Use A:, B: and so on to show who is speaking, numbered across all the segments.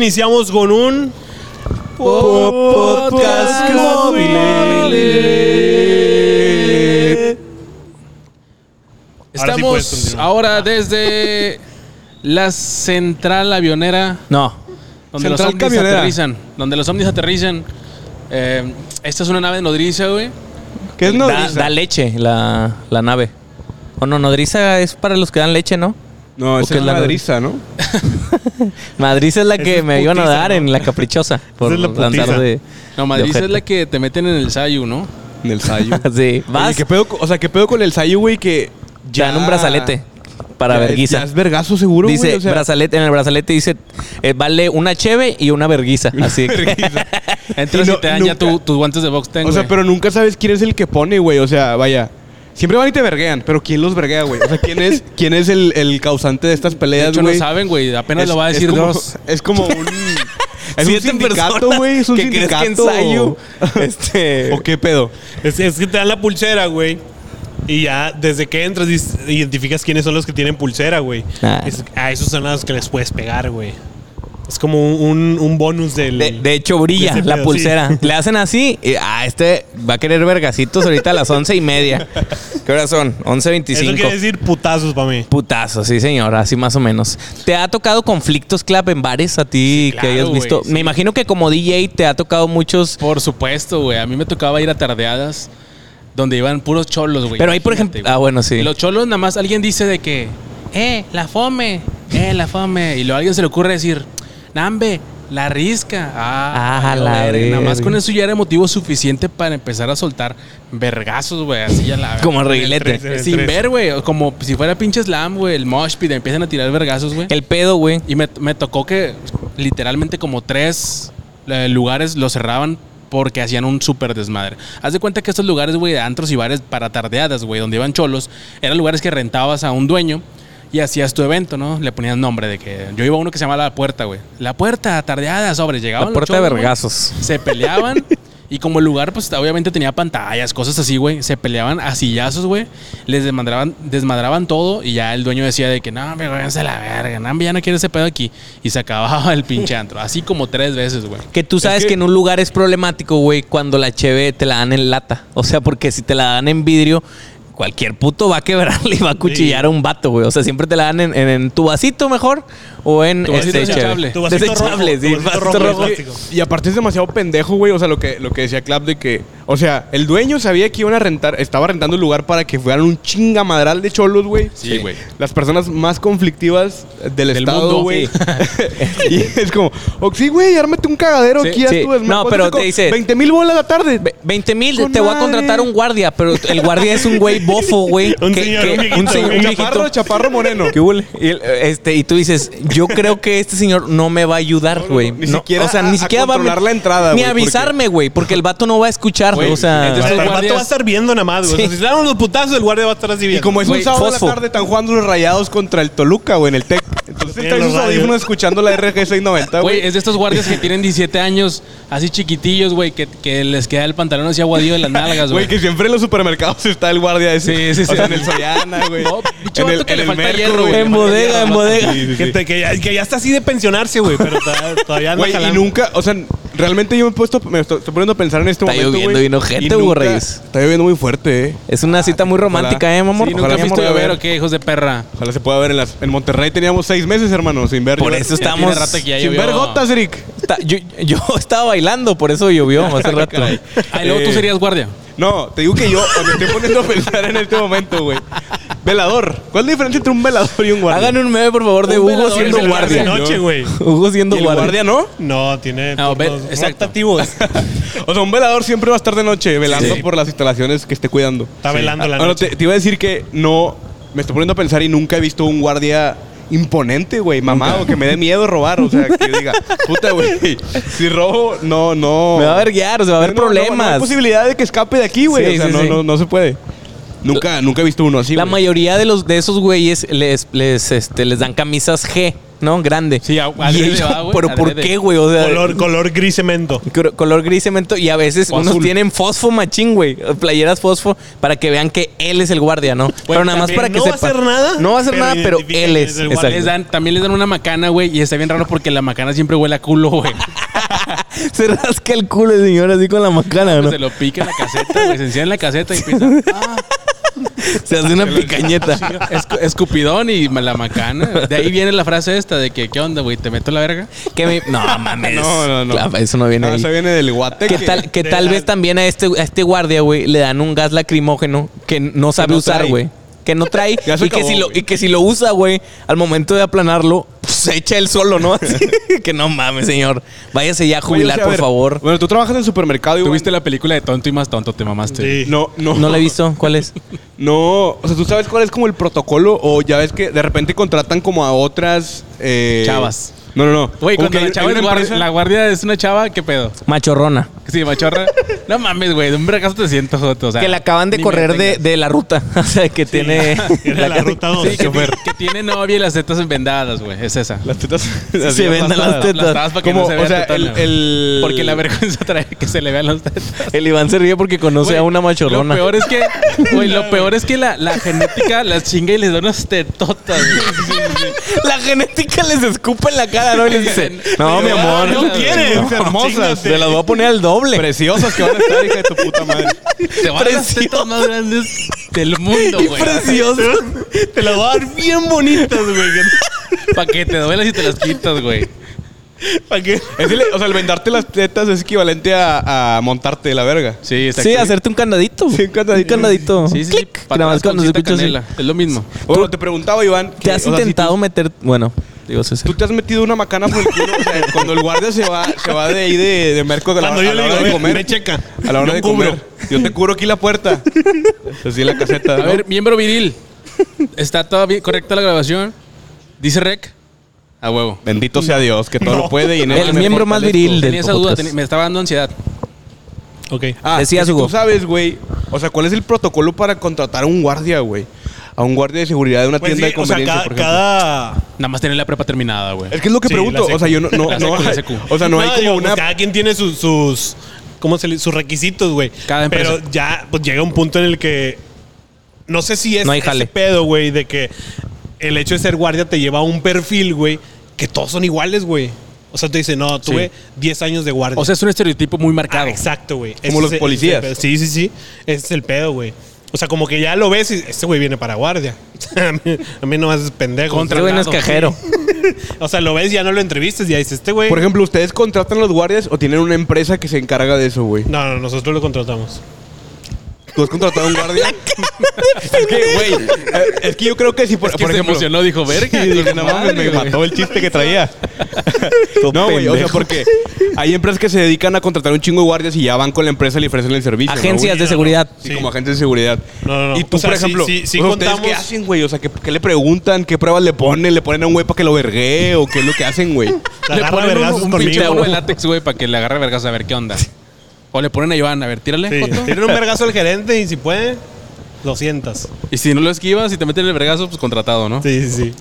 A: Iniciamos con un
B: Podcast móvil.
A: Ahora sí
B: Estamos
A: puedes continuar.
C: Ah.
B: ahora desde la central avionera,
D: No.
B: donde los
D: Central
B: ovnis
D: camionera.
B: aterrizan. Donde los ovnis aterrizan. Eh, esta es una nave nodriza, güey.
D: ¿Qué es
B: nodriza?
D: Da, da leche la, la nave. O no, nodriza es para los que dan leche, ¿no?
C: No,
D: ¿O
C: esa
D: qué
C: es
D: es la
C: la madriza, ¿no?
D: Madriza es la
A: Esa
D: que
A: es
D: me iban a
A: putiza,
D: dar
A: ¿no?
D: en la caprichosa. Por
A: es la
D: lanzar
A: putiza.
D: de.
B: No, Madrid
D: de
B: es la que te meten en el sayu, ¿no?
C: En el sayo.
D: ojete. Sí, vas.
C: Oye, ¿qué pedo, co- o sea, ¿qué pedo con el sayo, güey? Que
D: te dan un brazalete para
C: ya es-
D: verguiza.
C: ya es vergazo seguro,
D: Dice,
C: güey. o sea,
D: brazalete, en el brazalete dice, eh, vale una cheve y una verguiza. Así que.
B: Entras
C: Y
B: y,
C: no-
B: te dan ya
C: nunca-
B: tu- tus guantes de box ten,
C: o sea,
B: güey.
C: pero nunca sabes quién es el que pone, güey. O sea, vaya. Siempre van y te verguean, pero ¿quién los verguea, güey? O sea, ¿quién es, quién es el, el causante de estas
B: de
C: peleas,
B: hecho,
C: güey?
B: no saben, güey. Apenas
C: Es-
B: lo va a
C: es
B: decir
C: como-
B: dos.
C: Es como un... Es un
D: Siete
C: sindicato,
D: personas
C: güey. Es un
D: que crees que
C: sindicato.
D: ensayo,
C: este... ¿O qué pedo?
A: Es, es que te dan la pulsera, güey. Y ya desde que entras dis- identificas quiénes son los que tienen pulsera, güey.
D: Ah.
A: Es- a esos son a los que les puedes pegar, güey. Es como un, un- un bonus del...
D: De, de hecho, brilla
A: de ese
D: la
A: pedo,
D: pulsera.
A: sí.
D: Le hacen así. Y, ah, este va a querer vergacitos ahorita a las once y media. ¿Qué hora son?
A: Eso quiere
D: 11.25.
A: decir putazos para mí.
D: Putazos, sí, señor. Así más o menos. ¿Te ha tocado conflictos, Clap, en bares a ti
B: Sí,
D: que hayas
B: claro,
D: visto?
B: güey,
D: Me
B: sí.
D: imagino que como DJ te ha tocado muchos.
B: Por supuesto, güey. A mí me tocaba ir a tardeadas donde iban puros cholos, güey.
D: Pero ahí, por
B: Imagínate,
D: ejemplo-
B: güey.
D: ah, bueno, sí.
B: Y los cholos nada más alguien dice de que, eh, la fome, eh, la fome. Y luego a alguien se le ocurre decir, nambe, la risca. Ah,
D: Ah,
B: valió
D: la
B: verga. Nada más
D: verga.
B: con eso ya era motivo suficiente para empezar a soltar vergazos, güey. Así ya la...
D: Como
A: tres,
D: reguilete.
A: tres.
B: Sin ver, güey. o Como si fuera pinche slam, güey. El mosh pit. Empiezan a tirar vergazos, güey.
D: El pedo, güey.
B: Y me, me tocó que literalmente como tres eh, lugares lo cerraban porque hacían un súper desmadre. Haz de cuenta que estos lugares, güey, de antros y bares para tardeadas, güey, donde iban cholos, eran lugares que rentabas a un dueño y hacías tu evento, ¿no? Le ponías nombre de que... Yo iba a uno que se llamaba La Puerta, güey. La Puerta, tardeadas, sobre. Llegaban
D: La
B: los
D: puerta de
B: cholos, güey,
D: vergazos.
B: se peleaban. Y como el lugar, pues obviamente tenía pantallas, cosas así, güey. Se peleaban a sillazos, güey. Les desmadraban, desmadraban todo. Y ya el dueño decía de que, no, me váyanse a la verga. No, hombre, ya no quiero ese pedo aquí. Y se acababa el pinche antro. Así como tres veces, güey.
D: Que tú sabes que... en un lugar es problemático, güey, cuando la cheve te la dan en lata. O sea, porque si te la dan en vidrio, cualquier puto va a quebrarle y va a cuchillar a un vato, güey. O sea, siempre te la dan en, en- en tu vasito mejor o en este,
B: Tu vasito desechable.
D: cheve.
A: Tu vasito rojo,
D: Desechable, sí,
A: tu vasito
D: vasito
A: rojo,
D: rojo.
A: plástico.
C: Y aparte es demasiado pendejo, güey. O sea, lo que, lo que decía Clap de que. O sea, el dueño sabía que iban a rentar. Estaba rentando el lugar para que fueran un chingamadral de cholos, güey.
B: Sí, güey.
C: Las personas más conflictivas del,
B: Del
C: estado,
B: mundo.
C: güey. y es como, "O- sí, güey, ármate un cagadero
D: Sí,
C: aquí. haz
D: sí.
C: tu desmadre".
D: No,
C: ¿Cuánto
D: pero
C: co-
D: te dice-
C: 20 mil bolas la tarde.
D: 20 mil,
C: Con
D: te voy a
C: madre.
D: contratar un guardia, pero el guardia es un güey bofo, güey.
A: Un señor, un viejito,
D: un se-
A: güey.
D: un
C: chaparro,
D: viejito.
C: chaparro moreno.
D: ¿Qué huele? Y, el- este, y tú dices, yo creo que este señor no me va a ayudar, güey.
C: ni
D: No,
C: siquiera
D: o sea, ni
C: a- a
D: siquiera va
C: controlar la entrada,
D: Ni
C: güey, porque-
D: avisarme, güey, porque el vato no va a escuchar,
B: Güey,
D: o sea...
B: es de
A: El
B: Estos
A: vato
B: guardias-
A: va a estar viendo nada más, güey. O sea,
D: Sí.
A: si se dan unos putazos, el guardia va a estar así
C: Y
A: viendo.
C: como es un
D: Güey,
C: sábado
D: fosfo.
C: a la tarde, están jugando los rayados contra el Toluca, güey, en el Tec. Entonces
A: Tiene
C: trae
A: los
C: sus
A: rayos.
C: audífonos escuchando la RG 690,
B: Ah, Güey,
C: güey.
B: es de estos guardias que tienen 17 años, así chiquitillos, güey, que, que les queda el pantalón así aguadillo en las nalgas,
C: Güey,
B: güey.
C: que siempre en los supermercados está el guardia ese.
B: Sí, sí, sí.
C: O sea, en el Soyana, güey.
B: No, bicho
C: en
B: vato que le falta
C: Merco,
B: hierro, güey.
C: güey.
D: En bodega, en bodega.
C: Sí, sí,
A: que,
C: sí.
A: te- que ya, que ya está así de pensionarse, güey. Pero ta- todavía anda
C: Güey, y
A: jalando.
C: nunca, o sea, realmente yo me he puesto, me estoy, estoy poniendo a pensar en este
D: Está
C: momento,
D: lloviendo
C: güey,
D: bien ojete,
C: y
D: Hugo
C: nunca-
D: Reyes.
C: Está lloviendo muy fuerte, eh.
D: Es una cita muy romántica,
C: ojalá.
D: ¿eh, mi amor?
B: ¿Y nunca
C: Ojalá,
B: has
C: mi amor,
B: visto
C: voy a
B: llover
C: ver.
B: o qué, hijos de perra?
C: Ojalá se pueda ver en las... En Monterrey teníamos seis meses, hermano, sin ver.
D: Por
C: llover.
D: eso
B: Ya tiene
D: estamos...
B: rato que ya
C: Sin
B: llovió.
C: ver gotas, Eric.
D: Está- yo, yo estaba bailando, por eso llovió hace rato.
B: Ah, y luego tú
C: Eh,
B: serías guardia.
C: No, te digo que yo me estoy poniendo a pensar en este momento, güey. Velador. ¿Cuál es la diferencia entre un velador y un guardia?
D: Hagan un meme, por favor, de
B: Un
D: Hugo
B: velador
D: siendo
B: es el
A: De
D: guardia.
A: noche, güey.
D: Hugo
C: ¿Y
D: siendo
C: el guardia
D: guardia.
C: no?
A: No, tiene
B: No, Ah, ve-
A: turnos
B: exacto.
A: rotativos.
C: O sea, un velador siempre va a estar de noche velando
B: Sí.
C: por las instalaciones que esté cuidando.
A: Está velando la
C: Ahora,
A: noche.
C: Ah, Te, te iba a decir que no. Me estoy poniendo a pensar y nunca he visto un guardia imponente, güey, mamado, que me dé miedo robar. O sea, que yo diga, puta, güey, si robo, no, no.
D: Me va a ver guiar, o sea, va a haber
C: No, no, no,
D: problemas.
C: No, hay posibilidad de que escape de aquí, güey.
D: Sí,
C: o sea,
D: sí,
C: no,
D: sí.
C: no, no se puede. Nunca, nunca he visto uno así.
D: la
C: güey.
D: mayoría de los de esos güeyes les les este les dan camisas G ¿no? Grande.
B: Sí, a-
D: Y
B: adrede
D: yo,
B: va, güey,
D: Pero ¿por
B: adrede.
D: qué, güey? O sea,
A: Color, color gris cemento.
D: cro- color gris cemento y a veces
B: O
D: unos
B: azul.
D: tienen fosfo machín, güey. Playeras fosfo para que vean que él es el guardia, ¿no? pero nada más
A: también
D: para que
A: no va a
D: sepa.
A: hacer nada,
D: No va a hacer
A: pero
D: nada, pero
A: identifica
D: él
A: que
D: es.
A: es el
D: exacto.
A: guardia.
B: Les dan, también les dan una macana, güey, y está bien raro porque la macana siempre huele a culo, güey.
D: Se rasca el culo el señor así con la macana, ¿no?
B: Se lo pica en la caseta, güey. Se encierra en la caseta y empieza. "Ah,
D: Se hace una picañeta.
B: escu- escupidón y la macana. De ahí viene la frase esta de que, ¿qué onda, güey? ¿Te meto la verga?
D: Que me- No, mames.
C: No, no, no.
D: Claro, eso no viene
C: No,
D: ahí.
C: eso Ah, viene del guate.
D: Que
C: que-
D: tal, que
A: de
D: tal
A: la-
D: vez también a este, a este guardia, güey, le dan un gas lacrimógeno que no sabe
C: no
D: usar,
C: trae.
D: güey. Que no trae.
C: Ya se
D: y, que
C: acabó,
D: si lo,
C: güey.
D: y que si lo usa, güey, al momento de aplanarlo, pues, se echa él solo, ¿no? Así que no mames, señor. Váyase ya a
C: Oye, o sea,
D: jubilar,
C: a
D: por
C: ver,
D: favor.
C: Bueno, tú trabajas en el supermercado y...
B: Tuviste la película de tonto y más tonto, te mamaste.
A: Sí.
C: No, no.
D: No la he visto. ¿Cuál es?
C: No, o sea, ¿tú sabes cuál es como el protocolo? O ya ves que de repente contratan como a otras... eh,
B: Chavas.
C: No, no, no.
B: Güey,
C: Como
B: cuando
C: que
B: la
C: hay-
B: chava
C: hay
B: es
C: una
B: guardia-
C: empresa-
B: la guardia es una chava, ¿qué pedo?
D: Machorrona.
B: Sí, machorra. No mames, güey. De un bracazo te siento, joto. O sea,
D: que la acaban de
B: ni me
D: correr de,
B: detengas.
D: de la ruta. O sea, que tiene.
A: Era la ruta dos.
B: Sí, que, que tiene novia y las tetas envendadas, güey. Es esa.
C: Las tetas...
D: Se vendan las tetas.
B: Aplastadas para que
C: Como,
B: no se vea
C: o sea,
B: tetona,
C: el,
B: güey.
C: el-
B: Porque la vergüenza trae que se le vean las tetas.
D: El Iván se ríe porque conoce
B: Güey,
D: a una machorrona.
B: Lo peor es que, güey, lo peor es que la, la genética las chinga y les da unas tetotas, güey.
D: La genética les escupa en la cara, Ah, ¿no? Y les dice, no, mi
B: Pero,
D: amor.
B: ah, no
A: quieres,
D: hermosas.
A: chíngate.
D: Te las voy a poner al doble.
C: Preciosas que van a estar, hija de tu puta madre.
B: Te van las tetas más grandes del mundo,
D: Y
B: güey.
D: preciosas.
A: Te la voy a dar bien bonitas, güey.
B: Para que te duelas y te las quitas, güey.
A: ¿Para qué?
C: Es el- o sea, el vendarte las tetas es equivalente a, a montarte de la verga.
B: Sí, exacto.
D: Sí, hacerte un candadito.
C: Sí, un candadito.
D: Un candadito.
B: Sí, sí, sí.
D: Clic.
B: Para
D: Nada más
B: atrás con
D: cuando se
B: cita
D: escucha así.
B: canela. Es lo mismo.
C: Bueno, te preguntaba, Iván... que,
D: ¿Te has
C: o sea, si tú-
D: intentado meter...? Bueno, digo César.
C: Tú te has metido una macana por el culo. O sea, cuando el guardia se va, se va de ahí de, de Merco de la,
A: Cuando
C: a
A: yo le
C: la hora
A: digo,
C: de
A: "Ve,
C: comer.
A: me checa.
C: A la hora
A: Yo
C: de
A: cubro.
C: comer. Yo te cubro aquí la puerta. Así en la caseta.
B: A
C: ¿no?
B: ver, miembro viril. ¿Está toda bien correcta la grabación? ¿Dice rec? A huevo.
C: Bendito sea Dios, que todo lo puede y en
D: El
C: él me
D: miembro más
C: fortalezco.
D: viril del
B: Tenía esa duda,
D: podcast.
B: tenía- me estaba dando ansiedad.
A: Ok.
C: Ah,
D: Decías,
C: que si
D: Hugo.
C: Tú sabes, güey. O sea, ¿cuál es el protocolo para contratar a un guardia, güey? A un guardia de seguridad de una
A: Pues
C: tienda
A: sí,
C: de
A: o sea,
C: conveniencia,
A: cada,
C: por ejemplo.
A: cada-
B: Nada más tener la prepa terminada, güey.
C: Es que es lo que
A: Sí,
C: pregunto.
A: la
C: O sea, yo no, no,
B: La
C: no
B: secu, la
C: hay-
B: secu.
C: O sea, no hay
A: No,
C: como
A: digo, pues,
C: una.
A: cada quien tiene sus, sus ¿cómo se le- sus requisitos, güey.
B: Cada empresa.
A: Pero ya pues llega un punto en el que no sé si es
D: No hay
A: ese
D: jale.
A: pedo, güey, de que el hecho de ser guardia te lleva a un perfil, güey, que todos son iguales, güey. O sea, te dice, "No, tuve 10 años de guardia."
B: O sea, es un estereotipo muy marcado.
A: Ah, exacto, güey. Ese
C: Como
A: es- ese
C: los
A: es el
C: policías.
A: pedo. sí, sí, sí. Ese es el pedo, güey. O sea, como que ya lo ves y este güey viene para guardia. a, mí, a mí no más es pendejo.
D: Este güey no es cajero.
A: O sea, lo ves, ya no lo entrevistas, ya dices, este güey.
C: Por ejemplo, ¿ustedes contratan a los guardias o tienen una empresa que se encarga de eso, güey?
A: No, no, nosotros lo contratamos.
C: ¿Tú has contratado a un guardia? es que, güey, eh, es que yo creo que si por,
B: Es que
C: por
B: se
C: ejemplo...
B: emocionó, dijo, verga.
C: Sí, dije, no
B: madre,
C: mames, me
B: güey".
C: mató el chiste que traía. no, güey, o sea,
D: pendejo.
C: porque hay empresas que se dedican a contratar un chingo de guardias y ya van con la empresa y le ofrecen el servicio. ¿no, güey?
D: Agencias de
A: no.
D: seguridad.
C: Sí,
A: Sí.
C: como agentes de seguridad.
A: No, no, no.
C: Y tú,
A: O sea,
C: por
A: sí,
C: ejemplo,
A: sí, sí
C: o sea, ¿ustedes
A: contamos-
C: ¿qué hacen, güey? O sea, ¿qué, qué le preguntan? ¿Qué pruebas le ponen? ¿Le ponen a un güey para que lo verguee? ¿O qué es lo que hacen, güey?
A: La
B: Le
A: agarra
B: ponen un-
A: vergazos
B: un, pinche
A: conmigo.
B: bono de látex, güey, para que le agarre vergas a ver qué onda. O le ponen a Iván, a ver, tírale.
A: Sí.
B: joto.
A: Tienen un vergazo al gerente y si puede, lo sientas.
B: Y si no lo esquivas y te meten el vergazo, pues contratado, ¿no?
A: Sí, sí, sí.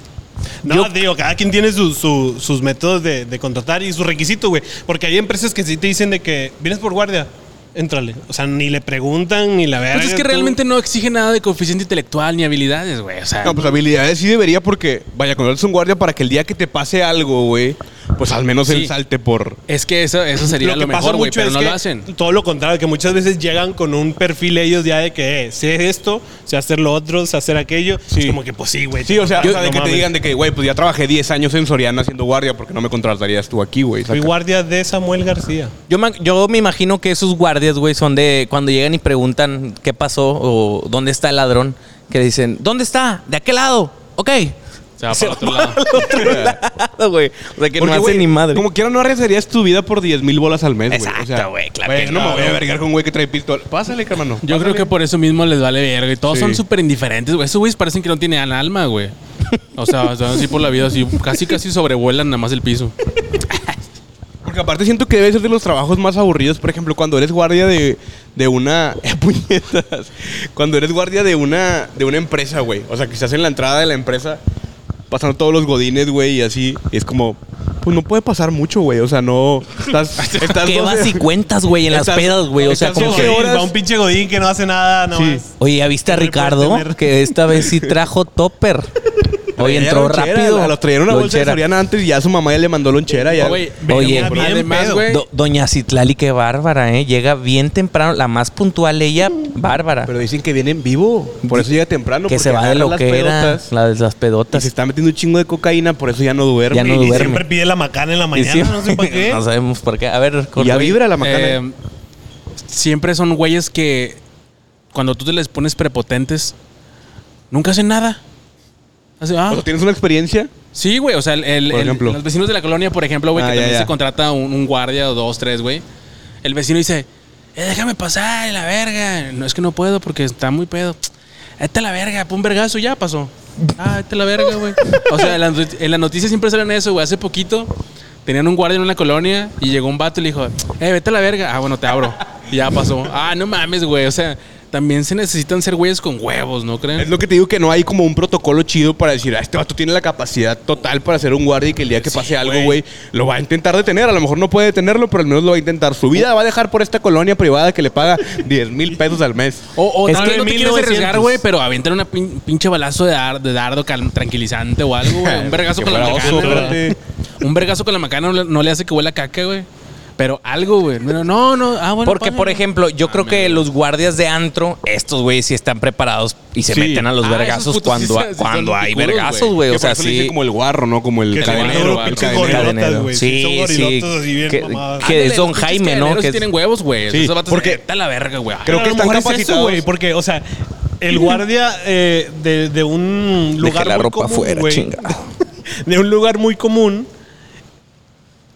A: No, digo, cada quien tiene su- su- sus métodos de, de contratar y sus requisitos, güey. Porque hay empresas que sí te dicen de que vienes por guardia, éntrale. O sea, ni le preguntan ni la verga.
B: Pues es que
A: tú.
B: realmente no exige nada de coeficiente intelectual ni habilidades, güey. O sea,
C: No, pues habilidades sí debería porque, vaya, contratas un guardia para que el día que te pase algo, güey, pues al menos
B: Sí.
C: él salte por...
B: es que eso, eso sería lo, mejor, güey, pero no lo hacen.
A: Todo lo contrario, que muchas veces llegan con un perfil ellos ya de que eh, sé esto, sé hacer lo otro, sé hacer aquello.
C: Sí.
A: Es como que, pues sí, güey.
C: Sí, o sea,
A: Yo-
C: o sea, de
A: no
C: que
A: mames.
C: te digan de que, güey, pues ya trabajé 10 años en Soriana haciendo guardia, porque no me contratarías tú aquí, güey?
A: Fui
C: Saca.
A: guardia de Samuel García.
D: Yo me, yo me imagino que esos guardias, güey, son de cuando llegan y preguntan qué pasó o dónde está el ladrón, que dicen, ¿dónde está? ¿De aquel lado? Ok.
B: Se va para otro lado.
D: güey. O sea, que
C: Porque,
D: no
C: güey,
D: hacen ni madre.
C: Como quiera, no arriesgarías tu vida por 10 mil bolas al mes, güey.
D: Exacto, güey, claro que
C: no me
D: no,
C: voy a
D: güey.
C: vergar con un güey que trae pistola. Pásale, hermano.
B: Yo creo que por eso mismo les vale verga y todos
C: Sí.
B: son súper indiferentes, güey. Esos güeyes parecen que no tienen alma, güey. O sea, están así por la vida, así casi casi sobrevuelan nada más el piso.
C: Porque aparte siento que debe ser de los trabajos más aburridos. Por ejemplo, cuando eres guardia de, de una... eh, puñetas. Cuando eres guardia de una, de una empresa, güey. O sea, que estás en la entrada de la empresa pasando todos los godines, güey, y así. Y es como, pues no puede pasar mucho, güey. O sea, no. Estás, estás
D: ¿Qué
C: 12
D: vas y cuentas, güey, en las
C: Estás-
D: pedas, güey? O sea,
C: estás
D: como
C: ¿qué
A: Godín,
D: que...
C: horas?
A: va un pinche Godín que no hace nada, no
C: Sí.
A: más.
D: Oye, ¿ya viste a
A: Siempre puedes
D: Ricardo?
A: tener-
D: Que esta vez sí trajo topper. Hoy
C: Traía
D: entró
C: lonchera,
D: rápido.
C: A los traían una bolsa de
D: Lonchera.
C: Soriana antes y ya su mamá ya le mandó lonchera. Ya.
B: Güey,
D: Oye.
B: venía bien
A: Además,
B: pedo.
A: güey,
D: Do- Doña Citlali, qué bárbara, ¿eh? Llega bien temprano, la más puntual ella, bárbara.
C: Pero dicen que viene en vivo. Por eso llega temprano.
D: que se
C: porque
D: va de
C: agarra
D: lo
C: las
D: que era,
C: pedotas
D: las, las
C: Y
D: pedotas.
C: se está metiendo un chingo de cocaína, por eso ya no duerme.
D: Ya no
C: Y-
A: Y
D: duerme.
A: siempre pide la macana en la
D: Y
A: mañana,
D: siempre-
A: no sé para qué.
D: no sabemos por qué. A ver,
C: Y ya vibra la macana.
B: Eh, siempre son güeyes que cuando tú te les pones prepotentes, nunca hacen nada. Hacen, ah,
C: O sea, ¿Tienes una experiencia?
B: sí, güey. O sea, el, el-
C: Por
B: el-
C: ejemplo.
B: los vecinos de la colonia, por ejemplo, güey,
C: Ah,
B: que
C: ya,
B: también
C: ya.
B: se contrata un, un guardia o dos, tres, güey. El vecino dice, eh, déjame pasar, y la verga. No es que no puedo porque está muy pedo. Esta la verga, pon vergazo, ya pasó. Ah, esta la verga, güey. O sea, en la, not- en la noticia siempre salen eso, güey. Hace poquito tenían un guardia en una colonia y llegó un vato y le dijo, eh, vete a la verga. Ah, bueno, te abro. Y ya pasó. Ah, no mames, güey. O sea, también se necesitan ser güeyes con huevos, ¿no creen?
C: Es lo que te digo que no hay como un protocolo chido para decir, ah, este vato tiene la capacidad total para ser un guardia y que el día que pase algo,
A: güey.
C: güey, lo va a intentar detener. A lo mejor no puede detenerlo, pero al menos lo va a intentar. Su vida va a dejar por esta colonia privada que le paga 10 mil pesos al mes.
B: O, o
D: Es
B: tal
D: que
B: vez no te quieres
A: 1900.
B: arriesgar, güey, pero aventar una pin- pinche balazo de, dar- de dardo cal- tranquilizante o algo, güey. Un vergazo
C: Que
B: con la
C: fuera
B: macana.
C: oso,
B: güey.
C: espérate.
B: Un vergazo con la macana no le, no le hace que huela caca, güey. Pero algo, güey. No, no, no. Ah, bueno.
D: Porque,
B: págale.
D: por ejemplo, yo
C: Ah,
D: creo que los guardias de antro, estos güeyes sí están preparados y se
C: Sí.
D: meten a los
B: Ah, esos putos
D: vergazos
B: sí
D: cuando,
B: se- sí son
D: cuando hay
B: picudos,
D: vergazos,
B: güey.
D: güey.
C: Que
D: O
C: por
D: sea,
C: eso le
D: sí.
C: dicen como el guarro, ¿no? Como el
A: Que se
C: cadenero.
A: van a
C: el
A: los pinches
C: cadenero.
A: gorilotas,
D: cadenero.
A: güey.
D: Sí,
A: son gorilotas
D: sí.
A: así bien
D: Que-
A: mamadas.
D: que-
B: Ándale,
D: son
B: pinches
D: Jaime, ¿no?
B: cadeneros
D: Que es-
B: tienen huevos, güey.
C: Sí,
B: Esos vatos,
C: porque-
B: eh, Está la verga, güey. Ay,
A: Pero
C: Creo que
A: a lo
C: están
A: mejor es eso,
C: capacitados.
A: güey, porque, o sea, el guardia eh, de, de un
D: Dejé
A: lugar
D: la
A: muy
D: ropa
A: común,
D: afuera,
A: güey,
D: chingado.
A: De un lugar muy común,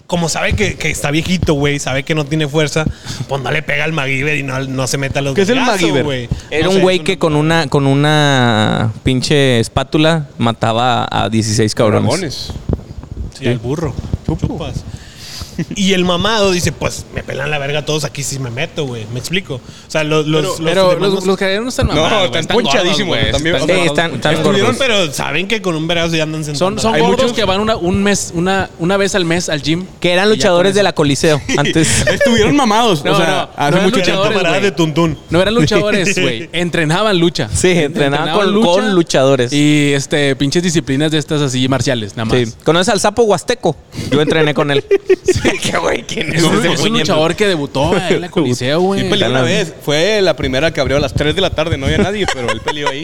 A: como sabe que, que está viejito, güey, sabe que no tiene fuerza, pues no le pega al MacGyver y no, no se meta a los
C: ¿Qué es el
A: vergazos,
C: MacGyver?
A: güey.
D: Era
A: No
D: un
A: sé,
D: güey
A: no-
D: que con una, con una pinche espátula mataba a 16 cabrones.
C: Dragones.
A: Sí, el burro.
C: Chupo.
A: Chupas. Y el mamado dice, pues me pelan la verga todos aquí si me meto, güey. ¿Me explico? O sea, los... los, los
B: Pero
A: demás no
B: los,
A: se-
B: los cadeneros no están mamados,
C: No,
B: güey,
C: están
B: gordos,
C: ponchadísimos,
B: güey,
C: también, o
D: sea,
B: gordos,
D: están-
B: güey.
D: están gordos.
A: Estuvieron, pero saben que con un vergazo ya andan
B: Son,
A: sentando.
B: son
A: Hay
B: gordos
C: muchos-
B: que van una- un mes, una, una vez al mes al gym.
D: Que eran luchadores de la Coliseo antes.
C: Estuvieron mamados.
B: No,
C: o sea,
B: no,
C: hace
B: no es
C: mucho
A: muchos
B: luchadores,
A: camaradas
B: güey.
A: de Tuntún.
B: No eran luchadores, güey. Entrenaban lucha.
D: Sí, entrenaban con- con luchadores.
B: Y este, pinches disciplinas de estas así marciales, nada más.
D: Sí. ¿Conoces al sapo huasteco? Yo entrené con él. ¿Qué güey? ¿Quién
B: Es, un- es un luchador que debutó en la Coliseo, güey.
C: Él peleó pues, una vez. Fue la primera que abrió a las 3 de la tarde. No había nadie, pero él peleó ahí.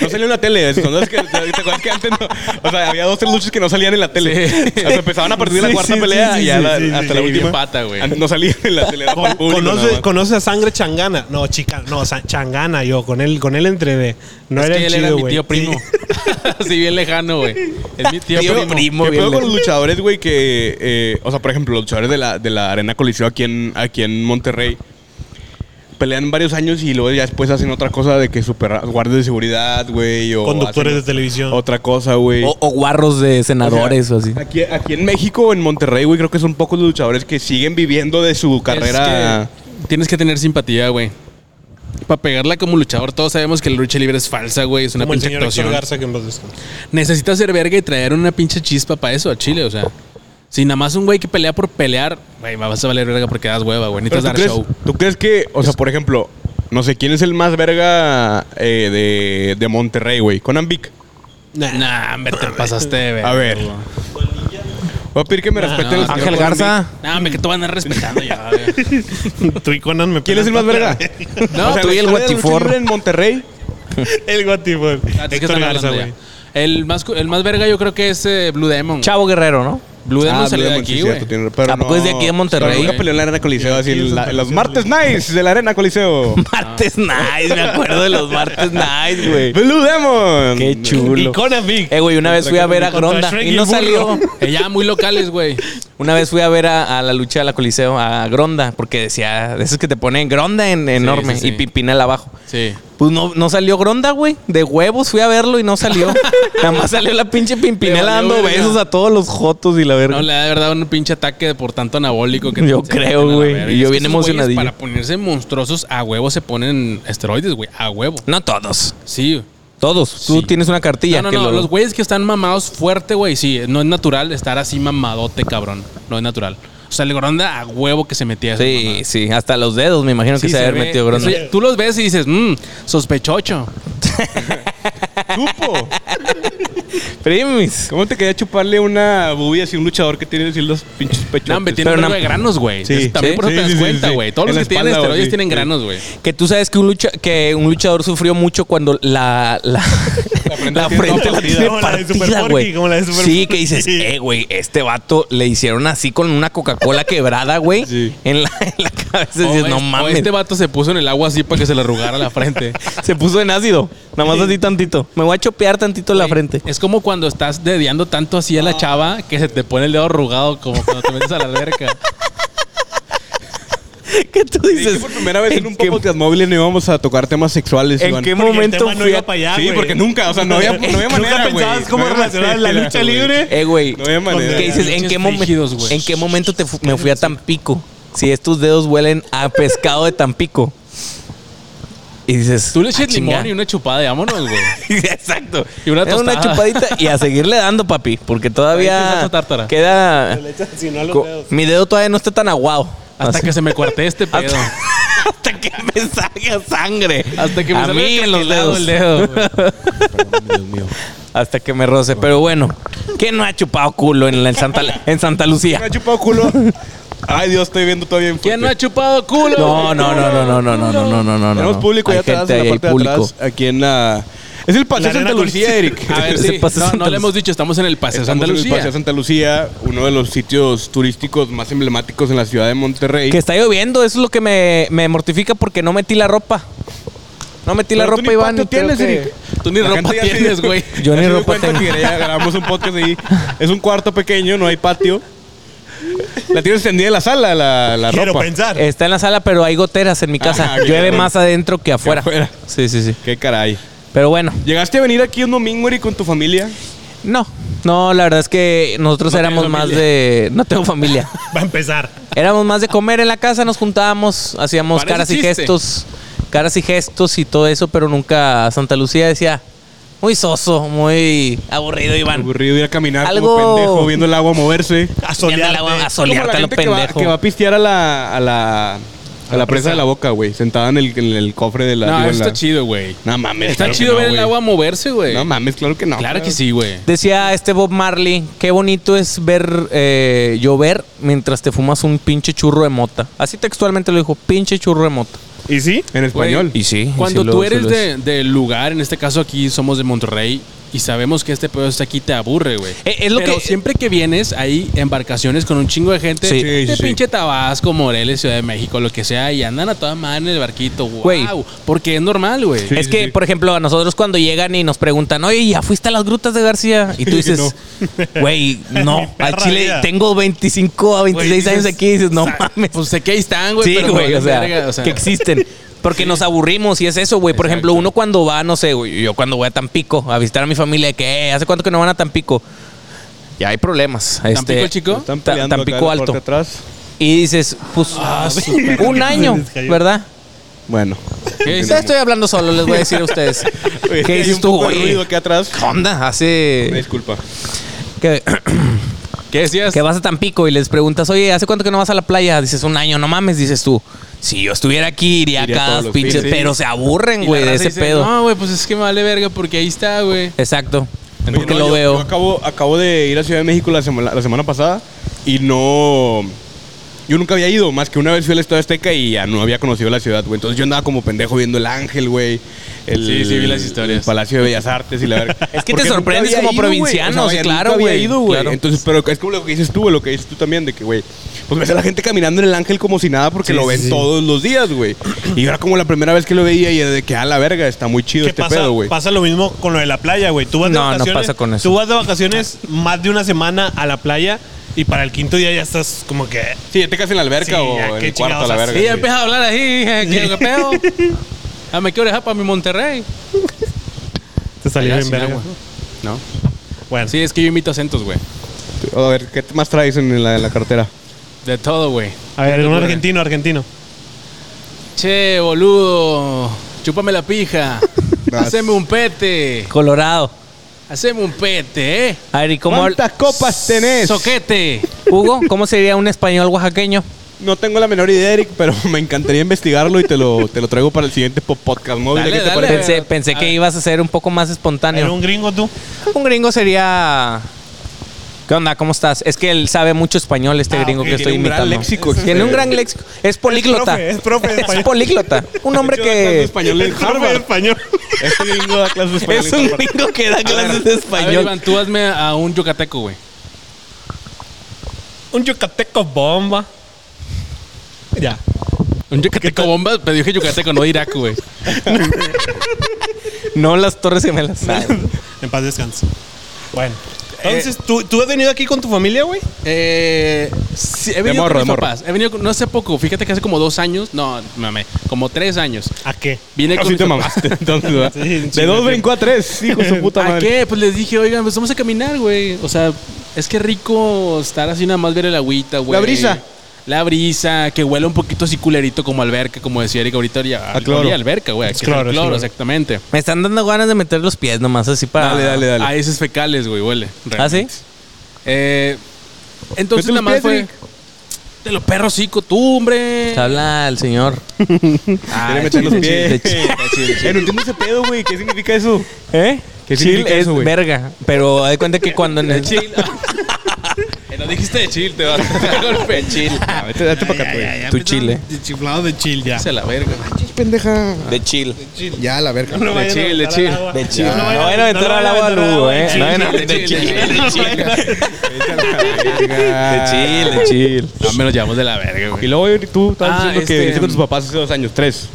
C: No salió en la tele. eso, ¿no? Es que, ¿Te acuerdas que antes no? O sea, había dos, tres luchas que no salían en la tele. O sea, empezaban a partir de la
A: Sí,
C: cuarta
A: sí,
C: pelea
A: sí,
C: y
A: sí,
C: ya
A: sí,
C: la-
A: sí,
C: hasta
A: sí.
C: la
B: Y bien
C: última.
B: pata, güey.
C: An- No salían en la tele. era para el público nada
A: Ah, Conoce,
C: más.
A: conoce a sangre changana. No, chica, no, sa- changana yo. Con él, con él entrené. No
B: es
A: era
B: que
A: el
B: él
A: chido,
B: era mi
A: güey.
B: tío primo. Así bien lejano, güey. Es mi tío,
C: ¿Qué pedo-
B: primo.
C: ¿Qué
D: bien
C: pedo con
D: lejos.
C: los luchadores, güey? Que, eh, o sea, por ejemplo, los luchadores de la, de la Arena Coliseo aquí en, aquí en Monterrey pelean varios años y luego ya después hacen otra cosa de que super guardias de seguridad, güey. o
A: Conductores
C: hacen
A: de televisión.
C: Otra cosa, güey.
D: O, o guarros de senadores o,
C: O sea,
D: así.
C: Aquí, aquí en México, en Monterrey, güey, creo que son pocos los luchadores que siguen viviendo de su carrera.
B: Es que tienes que tener simpatía, güey. Para pegarla como luchador, todos sabemos que la lucha libre es falsa, güey. Es una
A: Como el
B: pinche
A: señor Héctor
B: actuación.
A: Garza que en paz descanse.
B: Necesitas ser verga y traer una pinche chispa para eso a Chile, o sea. Si nada más un güey que pelea por pelear, güey, vas a valer verga porque das hueva, güey.
C: Pero
B: Necesitas
C: ¿tú,
B: dar
C: crees,
B: show.
C: ¿Tú crees que, o sea, por ejemplo, no sé, quién es el más verga eh, de, de Monterrey, güey? Conan Vic.
A: Nah.
B: Nah, hombre, te pasaste de verga,
C: A ver.
B: güey.
C: Voy a pedir que me
B: No,
C: respeten
B: no,
C: el señor
D: Ángel
C: Conan Vic.
D: Garza.
B: No, hombre, que te van a andar respetando ya, güey.
A: Tú y Conan me
C: ¿Quién es el más verga?
B: No,
D: tú y el
C: la historia de la
D: Guatifor.
C: lucha libre en Monterrey.
A: El Guatifón.
B: Ah, es que
A: Héctor
B: están
A: Garza,
B: hablando
A: güey.
B: ya. El más, cu- el más verga yo creo que es eh, Blue Demon.
D: Chavo Guerrero, ¿no?
B: Blue Demon
C: Ah,
B: salió de
C: Blue Demon, sí,
B: aquí,
C: cierto,
B: güey.
C: tiene- pero
D: ¿A poco Ah, pues, es de aquí de Monterrey?
C: Pero nunca peleó en la Arena Coliseo, así, en la- en los martes nights de la Arena Coliseo.
D: Martes Nice, me acuerdo de los Martes Nice, güey.
C: Blue Demon.
D: Qué chulo.
A: Y Conan Big.
D: Eh, güey, una vez fui a ver a
A: Contra
D: Gronda
A: Shrek
D: y
A: y
D: no
A: el burro.
D: salió.
B: Eh, ya muy locales, güey.
D: Una vez fui a ver a, a la lucha de la Coliseo, a Gronda, porque decía, de esos que te ponen Gronda en, enorme
B: sí, sí.
D: y Pimpinela abajo.
B: Sí.
D: Pues no, no salió Gronda, güey. De huevos fui a verlo y no salió. Nada más salió la pinche
B: Le
D: Pimpinela
B: valió
D: dando
B: verga.
D: besos a todos los jotos y la verga.
B: No, le da de verdad un pinche ataque de por tanto anabólico que
D: Yo
B: se
D: creo,
B: meten a la
D: güey.
B: verga.
D: Y yo
B: es que esos
D: bien
B: güeyes
D: emocionadillo.
B: Para ponerse monstruosos, a huevo se ponen esteroides, güey. A huevo.
D: No todos.
B: Sí.
D: Todos. Tú
B: Sí.
D: tienes una cartilla.
B: No, no,
D: que
B: no,
D: lo-
B: Los güeyes que están mamados fuerte, güey. Sí, no es natural estar así mamadote, cabrón. No es natural. O sea, el Gronda a huevo que se metía. esa
D: Sí,
B: mamada.
D: sí. Hasta los dedos me imagino que
B: Sí,
D: se,
B: se
D: debe haber
B: ve.
D: metido grano.
B: Eso ya- Tú los ves y dices, mmm, sospechocho.
C: ¡Supo!
D: Primis.
C: ¿Cómo te quería chuparle una bubia así a un luchador que tiene así los pinches pechos?
B: No, hombre, tiene un
D: Pero no-
B: vergo de granos, güey.
C: Sí,
B: También
D: sí,
B: por eso
C: sí,
B: te das
C: sí, sí,
B: cuenta,
C: sí.
B: güey. Todos
C: En
B: los
C: la
B: que tienen
C: espalda, güey,
B: esteroides
C: sí,
B: tienen
C: sí.
B: granos, güey.
D: Que tú sabes que un, lucha, que un luchador sufrió mucho cuando la, la, la frente,
C: frente
D: la,
C: la tiene toda partida.
D: tiene
A: Como la de
D: partida,
A: Super Porky,
D: güey.
A: como la de Super
D: Sí,
A: Porky.
D: que dices, eh, güey, este vato le hicieron así con una Coca-Cola quebrada, güey.
C: Sí.
D: En, la, en la cabeza.
B: O
D: dices,
B: es-
D: no
B: o
D: mames.
B: este vato se puso en el agua así para que se le arrugara la frente.
D: Se puso en ácido. Nada más así tantito. Me voy a chopear tantito la frente.
B: Es como cuando estás dediando tanto así a la chava que se te pone el dedo arrugado como cuando te metes a la alberca.
D: ¿Qué tú
C: Dije
D: dices?
C: por primera vez en
D: ¿En
C: un
D: qué-
C: podcast móvil no íbamos a tocar temas sexuales,
D: ¿En
C: Iván.
D: qué
A: Porque el
D: momento
A: tema no
D: fui
A: iba
D: a-
A: para allá,
C: Sí,
A: güey.
C: porque nunca, o sea, no había, no había
A: Nunca
C: manera, güey.
A: pensabas cómo
C: No había
A: relacionar la
C: manera,
A: lucha
C: güey.
A: libre.
D: Eh, güey.
C: No había manera.
D: ¿Qué dices? ¿En
B: Pinches
D: qué, momen-
B: frígidos, güey.
D: ¿En qué momento te fu- me fui a Tampico? Si estos dedos huelen a pescado de Tampico. Y dices.
B: Tú le
D: "Ah,
B: echas
D: chinga".
B: limón y una chupada y vámonos, güey.
D: Exacto.
B: Y una
D: Era
B: tostada.
D: chupadita y a seguirle dando, papi. Porque
B: Ahí te
D: todavía
B: salsa tártara.
D: queda.
A: Le echas así, no a los
D: co-
A: dedos.
D: Mi dedo todavía no está tan aguado.
B: Hasta
D: Así.
B: que se me cuarte este pedo.
D: Hasta- hasta que me salga sangre.
B: Hasta que me
D: a
B: salga
D: mí en los
B: calculado
D: dedos.
B: el dedo, güey.
D: Hasta que me roce. Pero bueno, ¿quién no ha chupado culo en, la- en Santa, en Santa
C: Me
D: Lucía?
C: ha chupado culo. Ay, Dios, estoy viendo todavía en
B: ¿Quién no ha chupado culo?
D: No, no, no, no, no, no, no, no, no, no, no.
C: Tenemos
D: no.
C: público
D: Hay
C: allá atrás,
D: gente,
C: en la
D: hay
C: parte de
D: público.
C: atrás, aquí en la... Es el Paseo
A: La
C: Santa
A: arena con-
C: Lucía, Eric.
B: A ver,
D: Ese
B: sí.
D: pase
B: No,
D: Santa
B: no le
D: Luz-
B: hemos dicho, estamos en el Paseo
C: Estamos
B: Santa
C: en el
B: Lucía.
C: Paseo Santa Lucía, uno de los sitios turísticos más emblemáticos en la ciudad de Monterrey.
D: Que está lloviendo, eso es lo que me, me mortifica porque no metí la ropa. No metí la
C: Pero tú
D: ropa,
C: ni
D: Iván.
C: patio
D: y creo
C: tienes,
D: que-
C: Eric.
B: Tú ni
C: La
B: ropa
C: gente ya se
B: tienes,
C: dio-
B: güey.
D: Yo
C: ya
D: ni
C: se dio
D: ropa
C: cuenta
D: tengo.
C: que ya grabamos un podcast ahí. Es un cuarto pequeño, no hay patio. La tienes extendida en la sala, la, la
A: Quiero
C: ropa.
A: pensar.
D: Está en la sala, pero hay goteras en mi casa.
C: Ajá, qué
D: Llueve
C: bueno.
D: más adentro que afuera.
C: afuera.
D: Sí, sí, sí.
C: Qué caray.
D: Pero bueno,
C: ¿Llegaste a venir aquí un domingo, Eric, con tu familia?
D: no. No, la verdad es que nosotros
B: No
D: éramos
B: tienes
D: más
B: familia.
D: de. No tengo familia.
A: Va a empezar.
D: Éramos más de comer en la casa, nos juntábamos, hacíamos
B: Parece
D: caras y
B: chiste.
D: gestos, caras y gestos y todo eso, pero nunca Santa Lucía decía, muy soso, muy aburrido, Iván.
C: Aburrido ir a caminar
D: Algo-
C: como pendejo, viendo el agua moverse.
A: A
D: Viendo
A: solearte.
D: el agua, A
C: Como
D: solearte
C: la
D: a lo
C: gente que va,
D: pendejo.
C: que va a pistear a la, a la, a la, presa de la boca, güey. Sentada en el, en el cofre de la...
B: No,
C: digo, en
B: está
C: la-
B: chido, güey.
C: No mames.
B: Está
C: claro que
B: chido
C: no,
B: ver el
C: güey.
B: agua moverse, güey.
C: No mames, claro que no.
B: Claro que sí, güey.
D: Decía este Bob Marley, qué bonito es ver eh, llover mientras te fumas un pinche churro de mota. Así textualmente lo dijo, pinche churro de mota.
A: ¿Y sí?
C: En español.
D: Y sí.
B: Cuando
D: sí lo-
B: tú
D: sí
B: eres
D: lo
B: de- del lugar, en este caso aquí somos de Monterrey, y sabemos que este pedo está aquí, te aburre, güey.
D: Eh, es lo
B: Pero
D: que-
B: siempre que vienes, hay embarcaciones con un chingo de gente
D: Sí.
B: de
C: Sí, sí, sí.
B: pinche Tabasco, Moreles, Ciudad de México, lo que sea, y andan a toda madre en el barquito, wow.
D: Güey.
B: Porque es normal, güey.
D: es
C: sí,
D: que,
C: sí.
D: por ejemplo, a nosotros cuando llegan y nos preguntan, oye, ¿ya fuiste a las grutas de García? Y tú dices, güey, no,
A: Mi
D: al
A: perra
D: Chile
A: vida.
D: tengo 25 a 26
B: Güey,
D: años
B: dices,
D: aquí y dices, no
B: o sea,
D: mames.
B: Pues sé que ahí están, güey.
D: sí,
B: pero
D: güey,
B: no
D: o sea,
B: valen verga, o sea.
D: que existen. Porque nos aburrimos y es eso, güey. Por ejemplo,
B: Exacto.
D: uno cuando va, no sé, güey, yo cuando voy a Tampico a visitar a mi familia, de que "Eh, hace cuánto que no van a Tampico. Ya hay problemas.
B: ¿Tampico,
D: este,
B: chico?
C: Están
D: Ta-
C: peleando acá Ah,
D: Tampico
C: en la parte
D: Alto.
C: de atrás.
D: Y dices, pues, un año, ¿verdad?
C: Bueno.
B: ¿Qué
D: Ya estoy hablando solo, les voy a decir a ustedes.
C: Oye,
D: ¿Qué
C: hay
D: dices
C: un
D: tú,
C: poco de
D: güey?
C: ruido aquí atrás.
D: ¿Qué onda?
C: Una
D: Hace
C: disculpa.
D: que,
B: ¿Qué decías?
D: que vas a Tampico y les preguntas, oye, ¿hace cuánto que no vas a la playa? Dices, un año, no mames, dices tú. Si yo estuviera aquí, iría,
C: Iría
D: acá,
C: todos los
D: pinches,
C: fines, sí.
D: pero se
B: Y
D: aburren,
B: la
D: güey, de
B: raza
D: ese
B: dice,
D: pedo.
B: No, güey, pues es que me vale verga porque ahí está, güey.
D: Exacto.
C: Oye,
D: Porque
C: no,
D: lo
C: yo-
D: veo.
C: Yo acabo, acabo de ir a Ciudad de México la semana, la semana pasada y no. Yo nunca había ido, más que una vez fui al Estado Azteca y ya no había conocido la ciudad, güey. Entonces yo andaba como pendejo viendo el ángel, güey. el-
B: Sí, sí, vi las historias.
C: El Palacio de Bellas Artes y la verga.
D: Es que te
C: Porque nunca
D: sorprendes
C: había
D: como
C: ido, güey.
D: provinciano, sí,
C: ya
D: claro,
C: nunca había
D: güey,
C: ido, güey.
D: claro.
C: Entonces, pero es como lo que dices tú, güey, lo que dices tú también, de que, güey, pues ves a la gente caminando en el ángel como si nada porque
A: Sí,
C: lo
A: sí,
C: ven
A: sí.
C: todos los días, güey. Y era como la primera vez que lo veía y era de que, ah, la verga, está muy chido
A: ¿Qué
C: este
A: pasa?
C: pedo, güey.
A: pasa lo mismo con lo de la playa, güey. Tú vas de
D: No, no
A: vacaciones.
D: pasa con eso.
A: Tú vas de vacaciones más de una semana a la playa y para el quinto día ya estás como que.
C: Sí, ya te quedas en la alberca
A: Sí,
C: o
A: ya,
C: en
A: qué
C: el cuarto
A: chingados
C: a la
A: haces.
C: verga.
B: Y ya
C: güey.
B: empecé a hablar así, dije, ¿qué qué pedo? Ah, me quiero dejar para mi Monterrey.
A: Te salió bien
B: Allá sin
A: verga.
B: agua. No.
A: Bueno,
B: Sí, es que yo imito acentos, güey.
C: A ver, ¿qué más traes en la, en la cartera?
B: De todo, güey.
A: a ver, un argentino, argentino.
B: Che, boludo. Chúpame la pija.
C: Gracias.
B: Haceme un pete.
D: Colorado.
B: Haceme un pete, ¿eh?
D: A ver, ¿y cómo
C: ¿Cuántas copas tenés?
B: Soquete.
D: Hugo, ¿cómo sería un español oaxaqueño?
C: No tengo la menor idea, Eric, pero me encantaría investigarlo y te lo, te lo traigo para el siguiente po- podcast móvil.
B: Dale,
C: ¿Qué te
B: dale.
C: parece?
D: Pensé, pensé
B: a
D: que
B: ver.
D: ibas a ser un poco más
A: Era
D: espontáneo.
A: un gringo tú.
D: Un gringo sería. ¿Qué onda? ¿Cómo estás? Es que él sabe mucho español, este
A: Ah,
D: gringo
A: ok,
D: que
A: tiene
D: estoy
C: un gran
D: imitando.
C: léxico, este.
D: Tiene un gran léxico. Es políglota.
A: profe, es profe de español.
D: políglota. Un hombre
C: Yo da clases de
D: que.
C: español en
A: Profe de
C: Harvard.
A: español.
C: Este gringo da clases de español
D: Es
C: en
D: un
C: Harvard.
D: gringo que da clases de
B: A ver,
D: español.
B: Iván, tú hazme a un yucateco, güey.
A: Un yucateco bomba. Ya.
B: Un yucateco bomba, pero dije yucateco, no Irak, güey.
D: No las torres gemelas.
A: En paz descanse. Bueno. Entonces, ¿tú, ¿tú has venido aquí con tu familia, güey?
B: Eh, sí, he
C: De
B: venido
C: morro,
B: con mis
C: de morro.
B: papás. He venido con- no hace poco, fíjate que hace como dos años, no, mame, como tres años.
A: ¿A qué?
B: Vine
C: Ah,
B: con
C: sí
B: mis
C: te
B: papás.
C: mamaste, entonces, ¿verdad?
A: Sí, sí,
C: De dos
A: sí.
C: brincó a tres, hijo de su puta
B: ¿A
C: madre.
B: qué? Pues les dije, oigan, pues vamos a caminar, güey. O sea, es que rico estar así nada más ver el agüita, güey.
C: La brisa.
B: La brisa, que huele un poquito así culerito como alberca, como decía Erika ahorita. Ya,
C: A cloro.
B: olía alberca, güey. que es el
A: cloro,
B: Cloro,
A: es cloro.
B: exactamente.
D: Me están dando ganas de meter los pies nomás así para.
C: Dale, dale, dale.
B: A esos fecales, güey, huele.
D: ¿Ah, sí?
B: Eh, entonces
C: Vete
B: nada más
C: los pies,
B: fue...
C: Eric.
B: De los perros, sí, costumbre.
D: Habla el señor. Ah,
C: Quiere Ah, meter los pies.
D: Chile,
C: Eh, no entiendo ese pedo, güey. ¿Qué significa eso?
D: ¿Eh?
C: ¿Qué
D: Chill
C: significa
D: es
C: eso, güey?
D: verga. Pero haz de cuenta que cuando. en el-
B: Chill. Eh, No dijiste de chill, te vas a golpe de chill.
C: Ah, vete, date para acá, güey.
D: Tu chile.
A: Chiflado de chill, ya.
B: Se la verga.
E: pendeja.
D: De chill.
E: Ya, la verga.
A: No vayan a
B: chill, de
A: aventar al agua.
B: chill.
D: De chill.
A: No,
D: No
A: vayan
D: vayan a aventar al agua al
A: aventar
D: Hugo,
A: agua,
D: eh.
A: chill,
D: No vayan a
A: chill,
B: aventar-
A: chill,
B: de chill,
A: chill,
B: de
A: chill.
D: ¿eh?
C: Vete a la verga.
D: De chill, de chill.
B: No, me lo llevamos de la verga, güey.
C: Y luego Eric, tú estabas
B: Ah,
C: diciendo que
B: este,
C: viniste con tus
B: mm.
C: papás hace dos años, tres.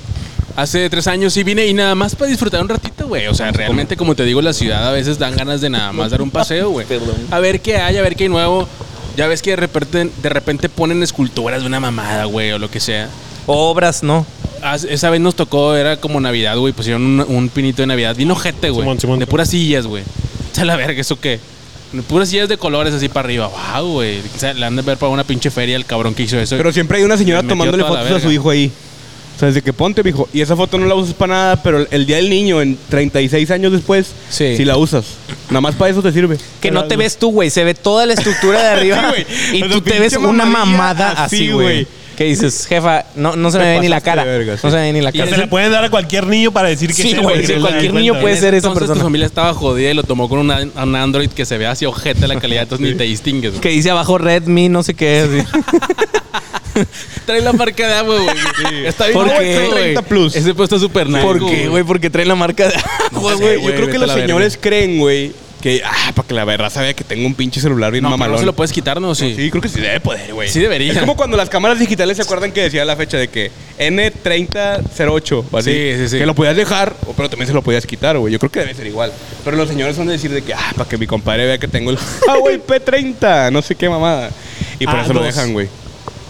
B: Hace tres años sí vine y nada más para disfrutar un ratito, güey. O sea, realmente, como te digo, la ciudad a veces dan ganas de nada más dar un paseo, güey.
D: Perdón.
B: A ver qué hay, a ver qué hay nuevo. Ya ves que de repente, de repente ponen esculturas de una mamada, güey, o lo que sea.
D: Obras, ¿no?
B: As- Esa vez nos tocó, era como Navidad, güey. Pusieron un, un pinito de Navidad. Vino gente, güey.
A: Simón, Simón.
B: De puras sillas, güey. Está la verga, ¿eso qué? De puras sillas de colores así para arriba. ¡Wow, güey! O sea, le han de ver para una pinche feria el cabrón que hizo eso.
C: Pero siempre hay una señora
B: Me metió
C: tomándole
B: toda la
C: fotos a su
B: verga.
C: hijo ahí. O sea, desde que ponte, mijo. Y esa foto no la usas para nada, pero el- el día del niño, en 36 años después,
D: Sí.
C: sí, la usas. Nada más para eso te sirve.
D: Que no te ves tú, güey. Se ve toda la estructura de arriba. y
C: Pero
D: tú te
C: pinche
D: ves una
C: mamadilla
D: mamada
C: así,
D: así, güey.
C: güey.
D: Que dices, jefa, no, no se
C: Te
D: me ve ni la
C: pasaste
D: cara.
C: de verga, sí.
D: No se me ve ni la
A: Ya
D: cara.
A: se la pueden dar a cualquier niño para decir que
D: Sí,
A: sea,
D: güey, sí,
A: no se
D: cualquier
A: dan cuenta,
D: niño
A: güey.
D: puede ser esa
B: Entonces tu
D: persona.
B: familia estaba jodida y lo tomó con una- un Android que se ve así ojete la calidad, entonces ni te distingues. güey.
D: Que dice abajo Redmi, no sé qué. así.
B: Trae la marca de agua, güey. Está bien
D: ¿Por
B: loco,
D: qué?
B: güey.
C: 30 plus.
B: Ese puesto está súper naco,
D: ¿Por qué, güey? Porque trae la marca de
C: Pues,
B: sé, güey,
C: güey, yo creo
B: vete
C: que
B: a
C: los
B: la verga.
C: señores creen, güey, que, ah, para que la verdad sabía que tengo un pinche celular bien
B: No, pero
C: mamalón.
B: no se lo puedes quitar, ¿no? Sí.
C: Sí, creo que sí debe poder, güey.
B: Sí debería.
C: Es como cuando las cámaras digitales se acuerdan que decía la fecha de que N3008, o así.
B: Sí, sí, sí.
C: Que lo podías dejar, o- pero también se lo podías quitar, güey. Yo creo que debe ser igual. Pero los señores son de decir de que, ah, para que mi compadre vea que tengo el ah, Huawei P30, no sé qué mamada. Y por eso lo
A: A2.
C: dejan, güey.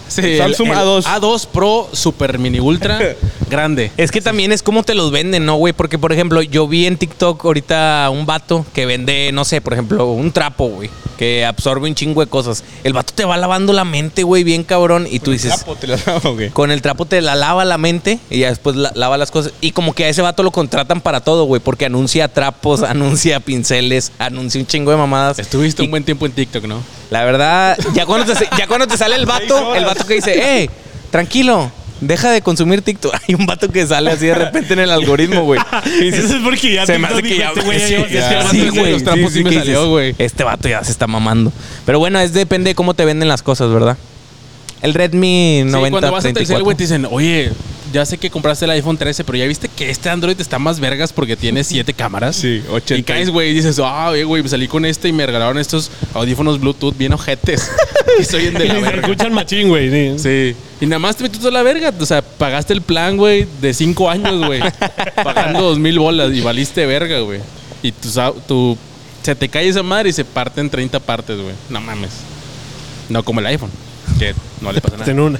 B: Sí, el-
C: Samsung
B: el
C: A2.
B: A2 Pro Super Mini Ultra Grande.
D: Es que también es como te los venden, ¿no, güey? Porque, por ejemplo, yo vi en TikTok ahorita un vato que vende, no sé, por ejemplo, un trapo, güey, que absorbe un chingo de cosas. El vato te va lavando la mente, güey, bien cabrón, y tú dices,
C: Capo, Ah, pues, te la daba, güey.
D: con el trapo te la lava la mente y ya después la- lava las cosas. Y como que a ese vato lo contratan para todo, güey, porque anuncia trapos, anuncia pinceles, anuncia un chingo de mamadas.
B: Estuviste
D: Y
B: un buen tiempo en TikTok, ¿no?
D: La verdad, ya cuando te, ya cuando te sale el vato, el vato que dice, eh, tranquilo. Deja de consumir TikTok. Hay un vato que sale así de repente en el algoritmo, güey. Y dices,
A: Eso es porque ya
D: se me
A: TikTok
D: hace que
A: dijo,
D: ya,
A: este güey ya
D: sí,
A: lleva
D: ya.
A: haciendo
B: sí,
A: rato
B: güey,
A: de los
B: sí,
A: trampos
B: sí,
A: y me
B: que
A: salió.
B: salió, güey.
D: Este vato ya se está mamando. Pero bueno, es depende de cómo te venden las cosas, ¿verdad? El Redmi
B: Sí,
D: 90
B: cuando vas a Telcel,
D: 34.
B: güey, te dicen, oye, ya sé que compraste el iPhone 13, pero ya viste que este Android está más vergas porque tiene siete cámaras.
C: Sí, 80.
B: Y caes, güey, y dices, ah, oye, güey, me salí con este y me regalaron estos audífonos Bluetooth bien ojetes. y soy en de la
A: Y se
B: verga.
A: escuchan machín, güey. sí.
B: Sí. Y nada más te metes a la verga. O sea, pagaste el plan, güey, de cinco años, güey. pagando dos mil bolas y valiste verga, güey. Y tu, sa- tu- se te cae esa madre y se parte en 30 partes, güey. No mames. No como el iPhone, que no le pasa nada.
A: En una.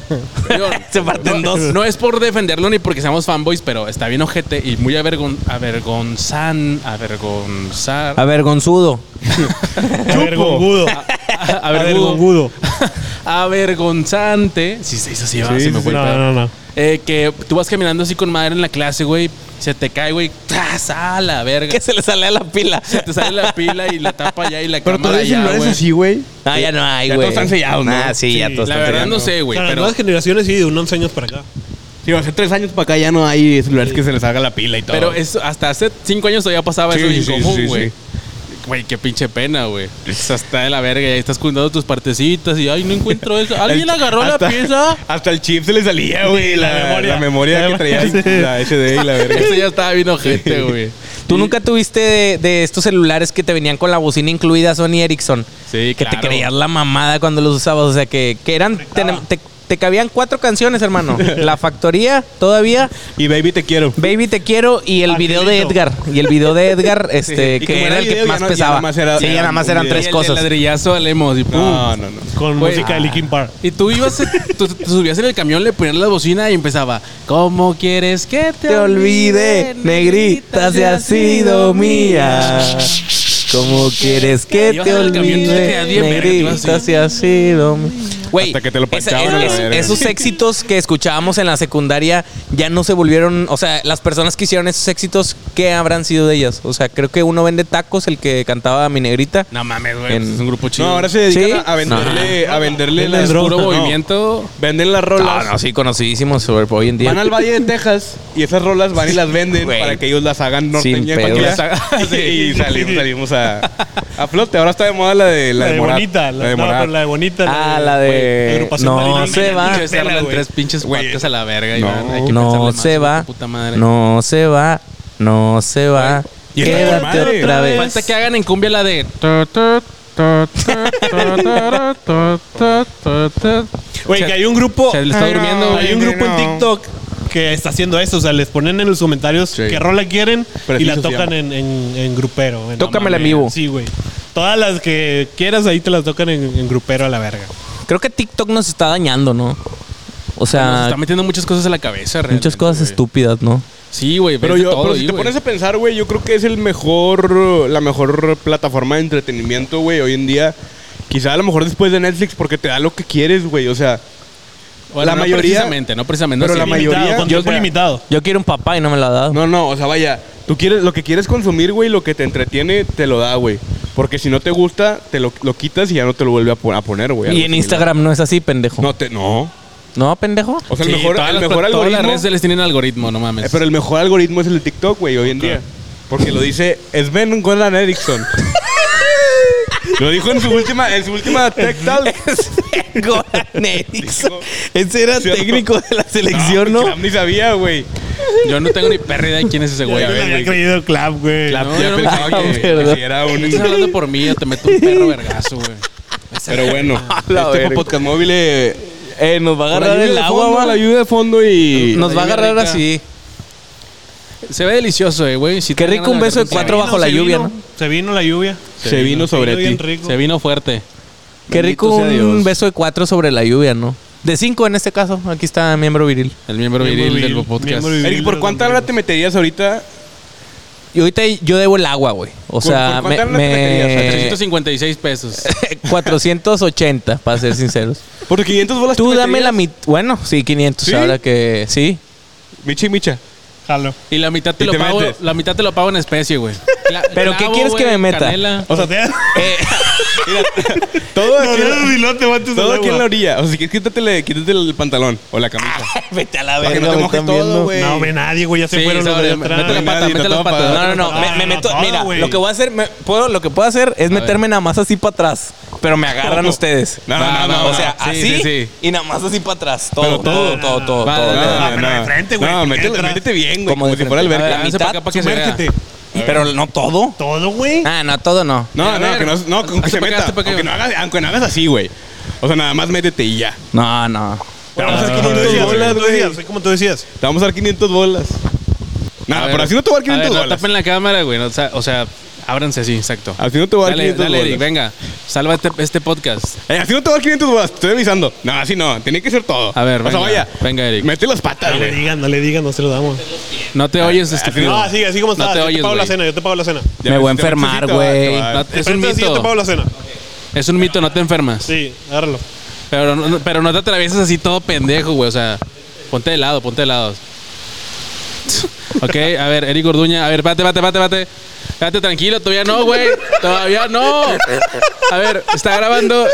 B: Yo-
D: Este Se parten
B: no,
D: dos.
B: No es por defenderlo ni porque seamos fanboys, pero está bien ojete y muy avergon, avergonzan, avergonzar.
D: A ver, Gonzudo. Ah,
A: A ver, gongudo. Avergongudo.
B: Avergonzante. Sí, se hizo así, va,
C: Sí,
B: se me
C: sí,
B: fue el
A: no,
B: pedo.
A: no, no.
B: Eh, que tú vas caminando así con madre en la clase, güey. Se te cae, güey. ¡Tras! ¡A la verga!
D: Que se le sale a la pila.
B: Se te sale la pila y la tapa allá y la
C: Pero
B: cámara
C: todos los
B: allá,
C: celulares
B: güey.
C: así, güey.
D: No, Ah, ya no hay,
C: eh, Ya
D: güey.
C: todos están sellados, ¿no?
D: Ah, sí, ya
A: Sí,
D: todos
B: La
D: están
B: verdad
D: sellados.
B: no sé, güey.
A: Para las
B: Pero
A: nuevas generaciones sí, de unos años para acá.
C: Sí, hace tres años para acá ya no hay celulares que se les haga la pila y todo.
B: Pero es- hasta hace cinco años todavía pasaba
C: Sí,
B: eso bien
C: sí, sí, sí,
B: común,
C: sí.
B: güey. Güey, qué pinche pena, güey. Hasta está de la verga. Y ahí estás cuidando tus partecitas y, ay, no encuentro eso. ¿Alguien
C: El-
B: agarró la
C: hasta-
B: pieza?
C: Hasta el chip se le salía, güey. La,
A: la memoria.
C: memoria. La memoria que traía la HD y la verga.
B: Eso ya estaba bien ojete, güey.
D: ¿Tú nunca tuviste de, de estos celulares que te venían con la bocina incluida Sony Ericsson?
B: Sí,
D: Que
B: claro.
D: te creías la mamada cuando los usabas. O sea, que, que eran... tenem- Te, te cabían cuatro canciones, hermano. La Factoría, todavía,
C: Y baby, te quiero.
D: Baby Te Quiero y el video de
A: Angelito.
D: Edgar. Y el video de Edgar, este,
C: Y
D: que era
C: como era
D: el que
C: video, ya
D: más
C: no- ya
D: pesaba.
C: nada más era-
D: sí, ya
C: era
D: nada más
C: un
D: eran
C: video.
D: tres
B: Y el- El
D: cosas.
B: ladrillazo al emo, y pum.
C: No, no, no.
A: Con
B: Güey,
A: música de
B: ah.
A: Linkin Park.
B: Y tú ibas, tú te subías en el camión, le ponías la bocina y empezaba, ¿cómo quieres que te,
D: te olvide, negrita, si has sido mía. ¿Cómo quieres que
B: Ibas
D: te
B: en el camión, te
D: olvide,
B: quedas bien verga, te ibas
D: negrita,
B: así.
D: si has sido mía? Güey,
C: Hasta que te lo
D: esa-
C: panchaban a la
D: es-
C: verga.
D: esos éxitos que escuchábamos en la secundaria ya no se volvieron, o sea, las personas que hicieron esos éxitos, ¿qué habrán sido de ellas? O sea, creo que uno vende tacos, el que cantaba Mi Negrita.
B: No mames, güey.
D: En-
B: Es un grupo chido.
C: No, ahora se dedican
D: ¿Sí?
C: a, a venderle, a venderle
A: Venden
C: las
A: droga.
B: Puro
A: no.
B: movimiento.
C: Venden las
D: No,
C: rolas.
A: Ah,
D: no, sí, conocidísimos sobre hoy en día.
C: Van al Valle de Texas y esas rolas van y las venden
D: Güey.
C: para que ellos las hagan
D: Sin
C: norteñas. Para que
D: pedos.
C: las hagan- Sí, y salimos, salimos a, a flote. Ahora está de moda la de
A: La,
C: la,
A: de
C: Morat.
A: bonita. La,
C: La de
A: no,
C: Morat.
A: pero la de bonita.
D: Ah, la de-
A: Güey, agrupación
D: No,
A: Marilyn
D: se
A: Manson,
D: va.
A: pinche
B: Ah, Se
A: pela,
B: en
A: güey.
B: tres pinches
C: Güey.
B: cuates a la verga.
C: No.
B: Iván. Hay que
D: No
B: pensarle más,
D: se
B: hijo de
D: va,
B: Puta madre.
D: no se va, no se va.
C: Y está con
D: Quédate
C: madre.
D: otra vez.
B: Falta que hagan en cumbia la de.
A: Güey, que hay un grupo.
B: Se le está durmiendo,
A: Hay
B: güey.
A: un grupo en
C: no.
A: TikTok que está haciendo eso. O sea, les ponen en los comentarios
C: Sí.
A: qué rola quieren y
C: Preciso
A: la
C: se
A: tocan
C: llama.
A: en, en, en grupero. güey. No
D: Tócamela en
A: mames.
D: vivo.
A: Sí, güey. Todas las que quieras ahí te las tocan en, en grupero a la verga.
D: Creo que TikTok nos está dañando, ¿no? O
B: Nos
D: sea,
B: está metiendo muchas cosas a la cabeza,
D: muchas
B: realmente,
D: cosas
B: güey.
D: estúpidas, ¿no?
B: Sí, güey.
C: Pero,
B: ves de
C: yo,
B: todo
C: pero
B: ahí,
C: si te
B: güey.
C: pones a pensar, güey, yo creo que es el mejor, la mejor plataforma de entretenimiento, güey, hoy en día. Quizá a lo mejor después de Netflix, porque te da lo que quieres, güey. O sea,
B: Bueno,
C: la
B: no
C: mayoría-
B: Precisamente, no precisamente.
C: Pero
B: no
C: la
B: sé,
C: mayoría-
A: Limitado, con
C: yo-
A: tiempo limitado.
D: Yo quiero un papá y no me lo ha dado.
C: no, no, o sea, vaya, tú quieres, lo que quieres consumir, güey, lo que te entretiene, te lo da, güey. Porque si no te gusta, te lo, lo quitas y ya no te lo vuelve a, po- a poner, güey.
D: y
C: algo
D: en
C: similar.
D: Instagram no es así, pendejo. No,
C: No, te, no.
D: pendejo.
C: O sea, el
B: Sí,
C: mejor,
B: todas
C: el
B: las-
C: mejor
B: Todas las
C: algoritmo.
B: redes les tienen algoritmo, no mames.
C: eh, pero el mejor algoritmo es el de TikTok, güey, hoy en día. Porque lo dice Sven Golan Erickson. lo dijo en su última, en su última Tech Talk.
D: Goran Erickson. Ese era
C: Sí, ¿no?
D: técnico de la selección, ¿no?
C: Clam Ni sabía, güey.
B: Yo no tengo ni perra idea de quién es ese güey.
A: Yo
C: a
A: no
C: ver,
A: había
C: güey.
A: creído Clap, güey.
B: Clap. No, yo
C: ya
B: no me-
C: pensaba
D: Ah,
C: que, que
D: perdón.
C: si era un...
B: Estás hablando por mí, yo te meto un perro vergazo, güey.
C: Pero bueno,
D: la
C: este
D: verga.
C: podcast móvil eh,
D: Eh, nos va a
C: la
D: agarrar
C: lluvia
D: el
C: de
D: agua,
C: fondo,
D: va.
C: La lluvia de fondo y...
D: Nos va a
B: lluvia
D: agarrar
B: rica.
D: así.
B: Se ve delicioso, eh, güey. Si
D: Qué
B: te dan
D: rico un
B: ganas
D: beso de
B: agarrar
D: cuatro
B: un
D: bajo la
A: Se
D: lluvia,
A: vino,
D: ¿no?
A: Se vino la lluvia.
C: se vino sobre
A: bien
C: ti.
A: rico.
B: Se vino fuerte.
D: Qué
C: Bendito
D: rico
C: sea
D: un
C: Dios.
D: beso de cuatro sobre la lluvia, ¿no? De cinco en este caso. Aquí está miembro viril.
B: El
A: Miembro
B: miembro viril del
A: viril,
B: podcast.
A: miembro viril.
C: Eric, ¿por cuánta hora te meterías ahorita?
D: Y ahorita yo debo el agua, güey. O
C: ¿Por-
D: sea,
C: por
D: me,
C: cuántas
D: me-
C: las meterías?
B: 356 pesos.
D: 480, para ser sinceros.
C: ¿Por 500 bolas
D: Tú
C: te
D: dame la
C: meterías?
D: mitad. Bueno, sí, 500
C: ¿Sí?
D: ahora que. Sí.
C: Micha y Micha.
A: Jalo.
B: Y la mitad te
C: Y
B: lo
C: te
B: pago,
C: metes.
B: la mitad te lo pago en especie, güey. Cla-
D: ¿Pero qué quieres que
B: güey,
D: me meta?
B: canela.
A: O sea, te
D: Eh,
C: Mira, todo
A: no,
C: aquí, en
A: no,
C: la-
A: ni lo te mates
C: todo
A: al
C: aquí en la
A: agua.
C: orilla. O sea, si quieres, quítatele, quítate el pantalón o la
A: Ah,
C: camisa.
D: vete a la
C: Para que
D: verga,
C: no te
D: me
C: mojes
D: están viendo.
C: todo, güey.
A: No, ve nadie, güey. Ya se
B: Sí,
A: fueron los
B: sabe,
A: de
B: mete la
A: atrás.
B: pata,
C: nadie,
B: mete la
C: no te va a
B: pata.
D: No,
C: pagar.
D: no, no. Me, me meto.
A: Todo,
D: Mira,
A: güey.
D: lo que voy a hacer, me- puedo, lo que puedo hacer es meterme nada más así para atrás. Pero me agarran ustedes.
C: No,
B: Va,
C: no,
B: va,
C: no.
B: va.
D: o sea,
B: Sí,
D: así
B: sí, sí.
D: y nada más así para atrás. Todo,
C: Pero
D: todo, todo,
C: todo.
D: todo, todo.
B: Va,
D: todo.
B: va, va.
C: No,
A: pero de frente, güey,
C: No,
A: porque
C: métele-
A: atrás.
C: métete bien, güey.
D: Como
C: Como,
D: de
C: si fuera
D: frente. A ver,
C: alberca.
B: La mitad para acá para que se vea.
C: Sumérgete.
D: Pero no todo.
A: Todo, güey.
D: Ah, no, todo no.
C: No,
B: A
C: no,
B: ver.
C: que no, no, con que
B: Hazte
C: se
B: pa' acá,
C: meta.
B: hazte pa' acá.
C: Aunque no hagas, aunque no hagas así, güey. O sea, nada más métete y ya.
D: No, no.
A: Te vamos a dar
C: Ah, sí,
A: 500
C: güey.
A: bolas, güey. Soy como tú decías.
C: Te vamos a dar 500 bolas.
B: A
C: Nada,
B: ver,
C: Ah, pero así no te voy a dar
B: a ver,
C: 500
B: No
C: bolas.
B: tapen la cámara, güey. no, o, sea, o sea, ábranse así, exacto.
C: Así no te voy a dar
B: Dale,
C: 500
B: dale, Eric,
C: bolas.
B: venga. Salva este, este podcast.
C: Eh, así no te voy a dar 500 bolas. Te estoy avisando. No, así no. Tiene que ser todo.
B: A ver,
C: O sea,
B: venga,
C: vaya.
B: venga, Eric.
C: Mete las patas,
A: No le
C: güey.
A: digan, no le digan, no se lo damos.
B: No te
C: Ah,
B: oyes, estúpido.
A: No, así, así como
B: No
A: estás.
B: te
A: yo
B: oyes,
A: te pago la
B: güey.
A: cena, yo te pago la cena.
C: Ya
D: Me
C: ves,
D: voy a
C: si te
D: enfermar,
C: necesito,
D: güey.
C: te va a dar.
B: No te- Es un
A: Enfrente así, yo te
B: mito.
A: pago la cena.
B: Es un mito, no te enfermas.
A: Sí, agárralo.
B: Pero, no- pero no te atravieses así todo pendejo, güey. O sea, ponte de lado, ponte de lado. Ok, a ver, Eric Orduña. A ver, bate, bate, bate, bate. Date tranquilo, todavía no, güey. Todavía no. A ver, está grabando.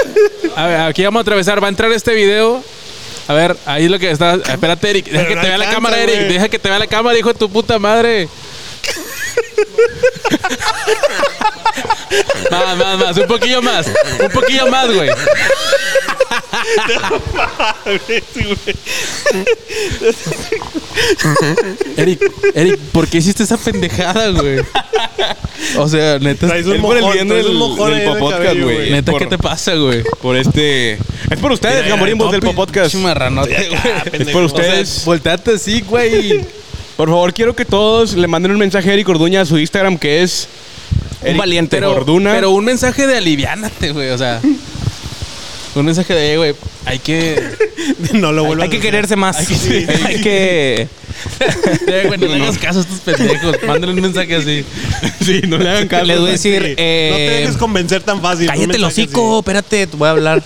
B: A ver, aquí vamos a atravesar. Va a entrar este video. A ver, ahí es lo que está. Espérate, Eric. Deja
A: Pero
B: que
A: no
B: te vea la
A: alcanza,
B: cámara, Eric.
A: güey.
B: Deja que te vea la cámara, hijo de tu puta madre. Más, más, más. Un poquillo más. Un poquillo más, güey. Eric, Eric, ¿por qué hiciste esa pendejada, güey? O sea, neta,
A: Traes un
C: Es por el
A: mojón,
C: bien
A: traes
C: del-
A: un mojón
C: del
A: ahí en el
C: podcast,
A: cabello,
C: güey.
B: neta,
C: por-
B: ¿qué te pasa, güey?
C: Por este. Es por ustedes,
A: Mira,
C: Gamorimbos del Popodcast.
B: Pinche marranote, güey.
C: Es por ustedes.
B: Voltate así, güey.
C: Por favor, quiero que todos le manden un mensaje a Eric Orduña a su Instagram que es. Eric
B: Pero,
C: Orduña.
B: pero un mensaje de aliviánate, güey. O sea, un mensaje de, "Eh, güey, hay que.
A: No lo vuelvas
D: Hay que
A: a hacer.
D: quererse más. Hay que.
B: Eh, güey, no le hagas caso a estos pendejos. Mándale un mensaje así.
C: sí, no le hagan caso.
D: Les voy a
A: Sí,
D: decir. eh,
A: no te dejes convencer tan fácil.
D: Cállate el
A: los
D: hocico, espérate, te voy a hablar.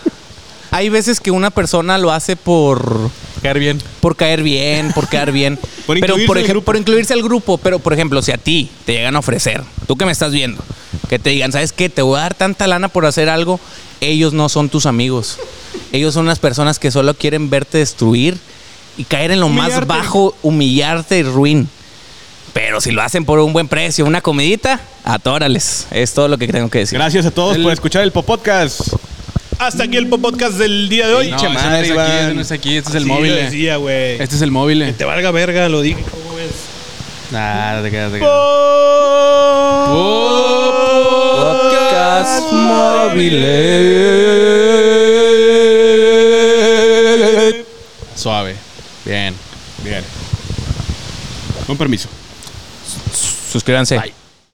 D: Hay veces que una persona lo hace por,
B: Caer bien.
D: por caer bien, por caer bien.
C: Por
D: pero
C: incluirse
D: por
C: al
D: ejemplo,
C: grupo.
D: por incluirse al grupo, pero por ejemplo, si a ti te llegan a ofrecer, tú que me estás viendo, que te digan, ¿sabes qué? Te voy a dar tanta lana por hacer algo, ellos no son tus amigos. Ellos son las personas que solo quieren verte destruir y caer en lo más
C: Humillarte.
D: bajo, humillarte y ruin. Pero si lo hacen por un buen precio, una comidita, atórales. Es todo lo que tengo que decir.
C: Gracias a todos
B: El-
C: por escuchar el Popodcast.
A: Hasta aquí el podcast del día de hoy.
B: No,
C: Pinche
B: Ah, ese no
C: madre,
B: es aquí,
C: Iván.
B: ese no es aquí. Este es el
A: Ah, Sí,
B: móvil.
A: lo
B: eh.
A: decía, güey.
B: Este es el móvil. eh.
A: Te valga verga, lo dije. ¿Cómo ves?
B: Nah, no te quedas, te quedas.
D: Podcast
B: Suave. Bien.
C: Bien. Con permiso.
D: Suscríbanse.
B: Bye.